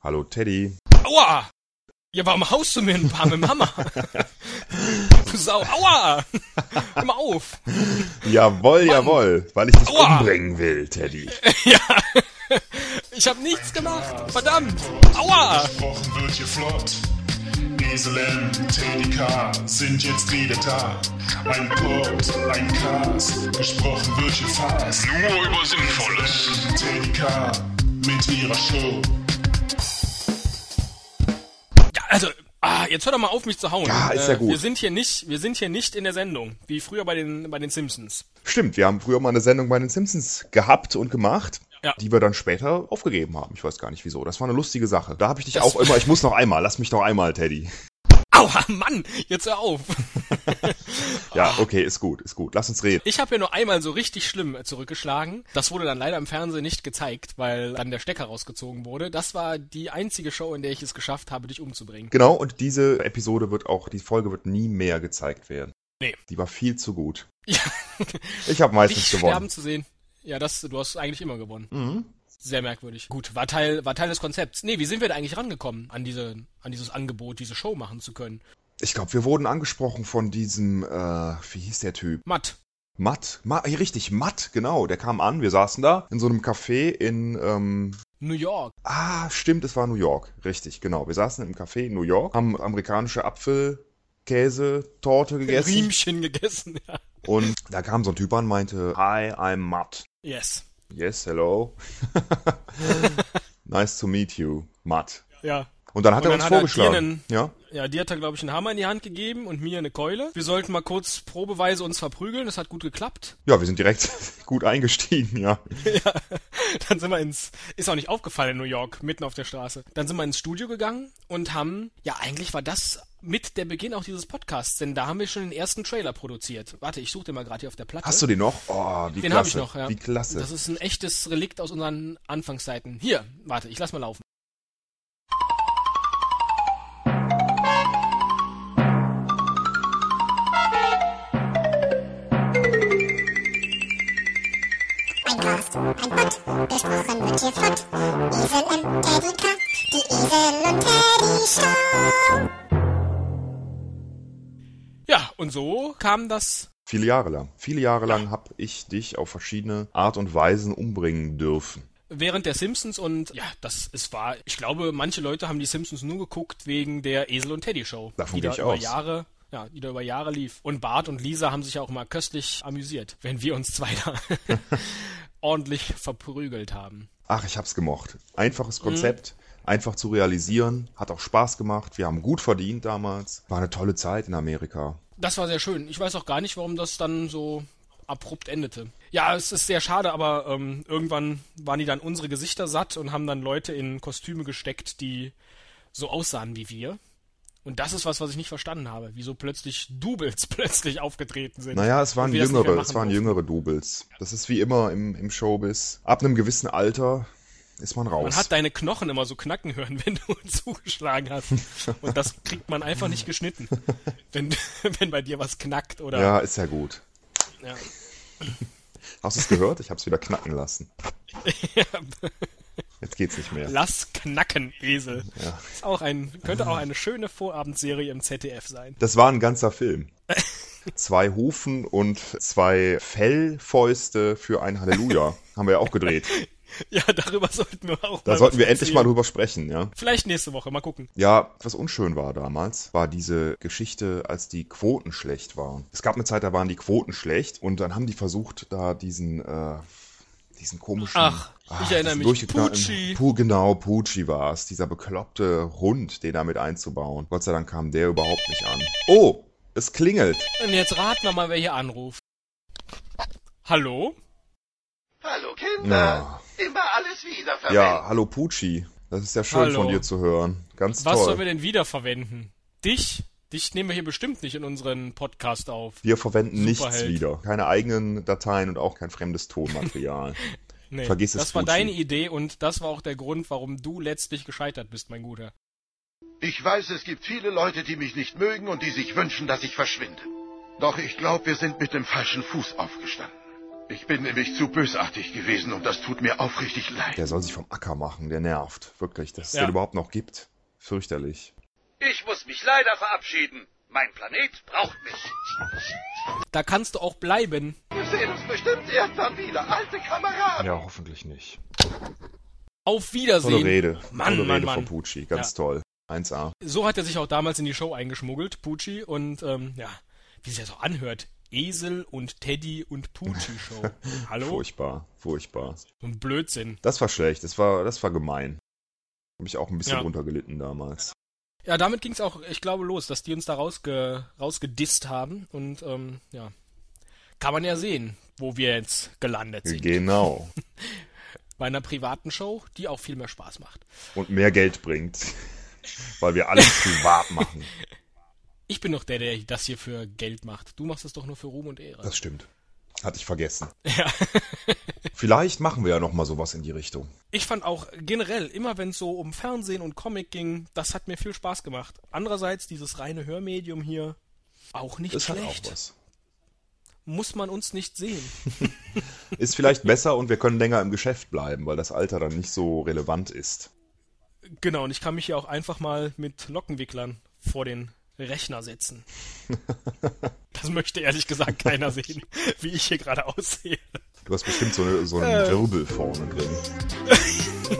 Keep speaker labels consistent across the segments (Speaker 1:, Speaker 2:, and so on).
Speaker 1: Hallo Teddy.
Speaker 2: Aua! Ja, warum haust du mir ein paar mit dem Hammer? du Sau, aua! Hör mal auf!
Speaker 1: Jawoll, jawoll, weil ich dich
Speaker 2: Aua.
Speaker 1: umbringen will, Teddy.
Speaker 2: ja! Ich hab nichts gemacht! Verdammt! Aua!
Speaker 3: Gesprochen wird hier flott. Esel M, Teddy K sind jetzt wieder da. Ein Pod, ein Cast, gesprochen wird hier fast.
Speaker 4: Nur über Sinnvolles.
Speaker 3: Teddy K mit ihrer Show.
Speaker 2: Ja, also, ah, jetzt hör doch mal auf, mich zu hauen.
Speaker 1: Ja, ist ja
Speaker 2: Äh,
Speaker 1: gut.
Speaker 2: Wir sind hier nicht, wir sind hier nicht in der Sendung, wie früher bei den, bei den Simpsons.
Speaker 1: Stimmt, wir haben früher mal eine Sendung bei den Simpsons gehabt und gemacht,
Speaker 2: Ja.
Speaker 1: die wir dann später aufgegeben haben. Ich weiß gar nicht wieso. Das war eine lustige Sache. Da habe ich dich
Speaker 2: Das-
Speaker 1: auch immer, ich muss noch einmal, lass mich noch einmal, Teddy.
Speaker 2: Aua, Mann! Jetzt hör auf! Ah.
Speaker 1: Ja, okay, ist gut, ist gut. Lass uns reden.
Speaker 2: Ich habe ja nur einmal so richtig schlimm zurückgeschlagen. Das wurde dann leider im Fernsehen nicht gezeigt, weil dann der Stecker rausgezogen wurde. Das war die einzige Show, in der ich es geschafft habe, dich umzubringen.
Speaker 1: Genau, und diese Episode wird auch, die Folge wird nie mehr gezeigt werden.
Speaker 2: Nee.
Speaker 1: Die war viel zu gut.
Speaker 2: Ja,
Speaker 1: Ich habe meistens
Speaker 2: dich
Speaker 1: gewonnen. Mhm.
Speaker 2: sterben zu sehen. Ja, das, du hast eigentlich immer gewonnen. Sehr merkwürdig. Gut, war Teil, war Teil des Konzepts. Nee, wie sind wir da eigentlich rangekommen, an diese, an dieses Angebot, diese Show machen zu können?
Speaker 1: Ich glaube, wir wurden angesprochen von diesem, äh, wie hieß der Typ?
Speaker 2: Matt.
Speaker 1: Matt, Matt, ja, richtig, Matt, genau. Der kam an, wir saßen da in so einem Café in, ähm,
Speaker 2: New York.
Speaker 1: ah, stimmt, es war New York, richtig, genau. Wir saßen im Café in New York, haben amerikanische Apfelkäse-Torte gegessen
Speaker 2: Riemchen gegessen, ja.
Speaker 1: und da kam so ein Typ an, meinte, Hi, I'm Matt.
Speaker 2: Yes.
Speaker 1: Yes, hello. nice to meet you, Matt.
Speaker 2: Ja.
Speaker 1: Und dann hat
Speaker 2: Und
Speaker 1: er
Speaker 2: dann
Speaker 1: uns
Speaker 2: hat er dir
Speaker 1: vorgeschlagen.
Speaker 2: einen-
Speaker 1: ja.
Speaker 2: Ja, dir hat er, glaube ich, einen Hammer in die Hand gegeben und mir eine Keule. Wir sollten mal kurz probeweise uns verprügeln. Das hat gut geklappt.
Speaker 1: ja, wir sind direkt gut eingestiegen, ja.
Speaker 2: Dann sind wir ins, ist auch nicht aufgefallen in New York, mitten auf der Straße. Dann sind wir ins Studio gegangen und haben, ja, eigentlich war das mit der Beginn auch dieses Podcasts, denn da haben wir schon den ersten Trailer produziert. Warte, ich suche den mal gerade hier auf der Platte.
Speaker 1: Hast du den noch? Oh, wie klasse.
Speaker 2: den habe ich noch, ja.
Speaker 1: Wie klasse.
Speaker 2: Das ist ein echtes Relikt aus unseren Anfangszeiten. Hier, warte, ich lass mal laufen.
Speaker 5: Ein Cast, ein Bot, gesprochen wird hier flott. Esel M, Teddy K, die Esel und Teddy Show.
Speaker 2: Ja, und so kam das.
Speaker 1: Viele Jahre lang. Viele Jahre lang habe ich dich auf verschiedene Art und Weisen umbringen dürfen.
Speaker 2: Während der Simpsons und ja, das es war, ich glaube, manche Leute haben die Simpsons nur geguckt wegen der Esel und Teddy Show,
Speaker 1: Davon
Speaker 2: die
Speaker 1: gehe
Speaker 2: da
Speaker 1: ich
Speaker 2: über
Speaker 1: aus.
Speaker 2: Jahre, ja, die da über Jahre lief. Und Bart und Lisa haben sich ja auch immer köstlich amüsiert, wenn wir uns zwei da ordentlich verprügelt haben.
Speaker 1: Ach, ich hab's gemocht. Einfaches
Speaker 2: Mhm.
Speaker 1: Konzept, einfach zu realisieren, hat auch Spaß gemacht. Wir haben gut verdient damals. War eine tolle Zeit in Amerika.
Speaker 2: Das war sehr schön. Ich weiß auch gar nicht, warum das dann so abrupt endete. Ja, es ist sehr schade, aber ähm, irgendwann waren die dann unsere Gesichter satt und haben dann Leute in Kostüme gesteckt, die so aussahen wie wir. Und das ist was, was ich nicht verstanden habe, wieso plötzlich Doubles plötzlich aufgetreten sind.
Speaker 1: Naja, es waren
Speaker 2: Und wir das nicht mehr
Speaker 1: jüngere,
Speaker 2: machen
Speaker 1: es waren
Speaker 2: durften.
Speaker 1: jüngere Doubles. Das ist wie immer im, im Showbiz. Ab einem gewissen Alter ist man raus.
Speaker 2: Man hat deine Knochen immer so knacken hören, wenn du uns zugeschlagen hast. Und das kriegt man einfach nicht geschnitten, wenn, wenn bei dir was knackt oder.
Speaker 1: ja, ist ja gut.
Speaker 2: Ja.
Speaker 1: Hast du es gehört? Ich hab's wieder knacken lassen. Jetzt geht's nicht mehr.
Speaker 2: Lass knacken, Esel. Ist auch ein, könnte auch eine schöne Vorabendserie im ZDF sein.
Speaker 1: Das war ein ganzer Film. Zwei Hufen und zwei Fellfäuste für ein Halleluja haben wir ja auch gedreht.
Speaker 2: Ja, darüber sollten wir auch
Speaker 1: Da
Speaker 2: mal
Speaker 1: sollten
Speaker 2: was
Speaker 1: wir endlich mal
Speaker 2: erzählen.
Speaker 1: drüber sprechen, ja.
Speaker 2: Vielleicht nächste Woche, mal gucken.
Speaker 1: Ja, was unschön war damals, war diese Geschichte, als die Quoten schlecht waren. Es gab eine Zeit, da waren die Quoten schlecht und dann haben die versucht, da diesen, äh, diesen komischen. Ah,
Speaker 2: Ach, ich erinnere
Speaker 1: diesen
Speaker 2: mich.
Speaker 1: durchgeknallten-
Speaker 2: Pucci.
Speaker 1: Pu genau, Pucci war es. Dieser bekloppte Hund, den damit einzubauen. Gott sei Dank kam der überhaupt nicht an. Oh, es klingelt.
Speaker 2: Und jetzt raten wir mal, wer hier anruft. Hallo?
Speaker 6: Hallo Kinder,
Speaker 1: Na.
Speaker 6: immer alles wiederverwenden.
Speaker 1: Ja, hallo Pucci. Das ist ja schön
Speaker 2: Hallo.
Speaker 1: von dir zu hören. Ganz
Speaker 2: Was
Speaker 1: toll.
Speaker 2: sollen wir denn wiederverwenden? Dich? Dich nehmen wir hier bestimmt nicht in unseren Podcast auf.
Speaker 1: wir verwenden nichts
Speaker 2: Superheld.
Speaker 1: wieder. Keine eigenen Dateien und auch kein fremdes Tonmaterial.
Speaker 2: Nee,
Speaker 1: Vergiss es,
Speaker 2: das war
Speaker 1: Fuji.
Speaker 2: deine Idee und das war auch der Grund, warum du letztlich gescheitert bist, mein Guter.
Speaker 6: Ich weiß, es gibt viele Leute, die mich nicht mögen und die sich wünschen, dass ich verschwinde. Doch ich glaube, wir sind mit dem falschen Fuß aufgestanden. Ich bin nämlich zu bösartig gewesen und das tut mir aufrichtig leid.
Speaker 1: Der soll sich vom Acker machen, der nervt. Wirklich, dass es
Speaker 2: Ja.
Speaker 1: den überhaupt noch gibt. Fürchterlich.
Speaker 4: Ich muss mich leider verabschieden. Mein Planet braucht mich.
Speaker 2: Da kannst du auch bleiben.
Speaker 6: Wir sehen uns bestimmt irgendwann wieder, alte Kameraden.
Speaker 1: Ja, hoffentlich nicht.
Speaker 2: Auf
Speaker 1: Tolle
Speaker 2: Wiedersehen.
Speaker 1: Rede.
Speaker 2: Mann,
Speaker 1: Tolle
Speaker 2: Mann,
Speaker 1: Rede
Speaker 2: Mann.
Speaker 1: von Pucci. Ganz toll. 1A.
Speaker 2: So hat er sich auch damals in die Show eingeschmuggelt, Pucci. Und ähm, ja, wie sich das auch anhört. Esel und Teddy und Pucci Show. Hallo?
Speaker 1: Furchtbar. Furchtbar.
Speaker 2: So ein Blödsinn.
Speaker 1: Das war schlecht. Das war, das war gemein. Hab ich auch ein bisschen
Speaker 2: Ja.
Speaker 1: drunter gelitten damals.
Speaker 2: Ja, damit ging's auch, ich glaube, los, dass die uns da rausge rausgedisst haben. Und ähm, ja, kann man ja sehen, wo wir jetzt gelandet sind.
Speaker 1: Genau.
Speaker 2: Bei einer privaten Show, die auch viel mehr Spaß macht.
Speaker 1: Und mehr Geld bringt. Weil wir alles privat machen.
Speaker 2: Ich bin doch der, der das hier für Geld macht. Du machst es doch nur für Ruhm und Ehre.
Speaker 1: Das stimmt. Hatte ich vergessen.
Speaker 2: Ja.
Speaker 1: Vielleicht machen wir ja nochmal sowas in die Richtung.
Speaker 2: Ich fand auch generell, immer wenn es so um Fernsehen und Comic ging, das hat mir viel Spaß gemacht. Andererseits dieses reine Hörmedium hier, auch nicht
Speaker 1: Das hat halt auch
Speaker 2: schlecht.
Speaker 1: was.
Speaker 2: Muss man uns nicht sehen.
Speaker 1: Ist vielleicht besser und wir können länger im Geschäft bleiben, weil das Alter dann nicht so relevant ist.
Speaker 2: Genau, und ich kann mich hier auch einfach mal mit Lockenwicklern vor den Rechner setzen. Das möchte ehrlich gesagt keiner sehen, wie ich hier gerade aussehe.
Speaker 1: Du hast bestimmt so, eine, so
Speaker 2: Äh.
Speaker 1: einen Wirbel vorne drin.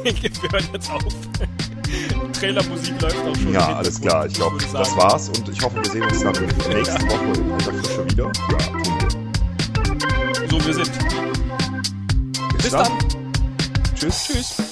Speaker 2: Wir hören jetzt auf. Trailermusik läuft auch schon. im
Speaker 1: Ja, alles
Speaker 2: Hintergrund.
Speaker 1: klar. Ich glaube,
Speaker 2: würde
Speaker 1: das
Speaker 2: sagen,
Speaker 1: war's und ich hoffe, wir sehen uns dann nächste Woche in alter Frische wieder. Ja, tun wir.
Speaker 2: So, wir sind.
Speaker 1: Bis,
Speaker 2: Bis dann.
Speaker 1: Tschüss. Tschüss.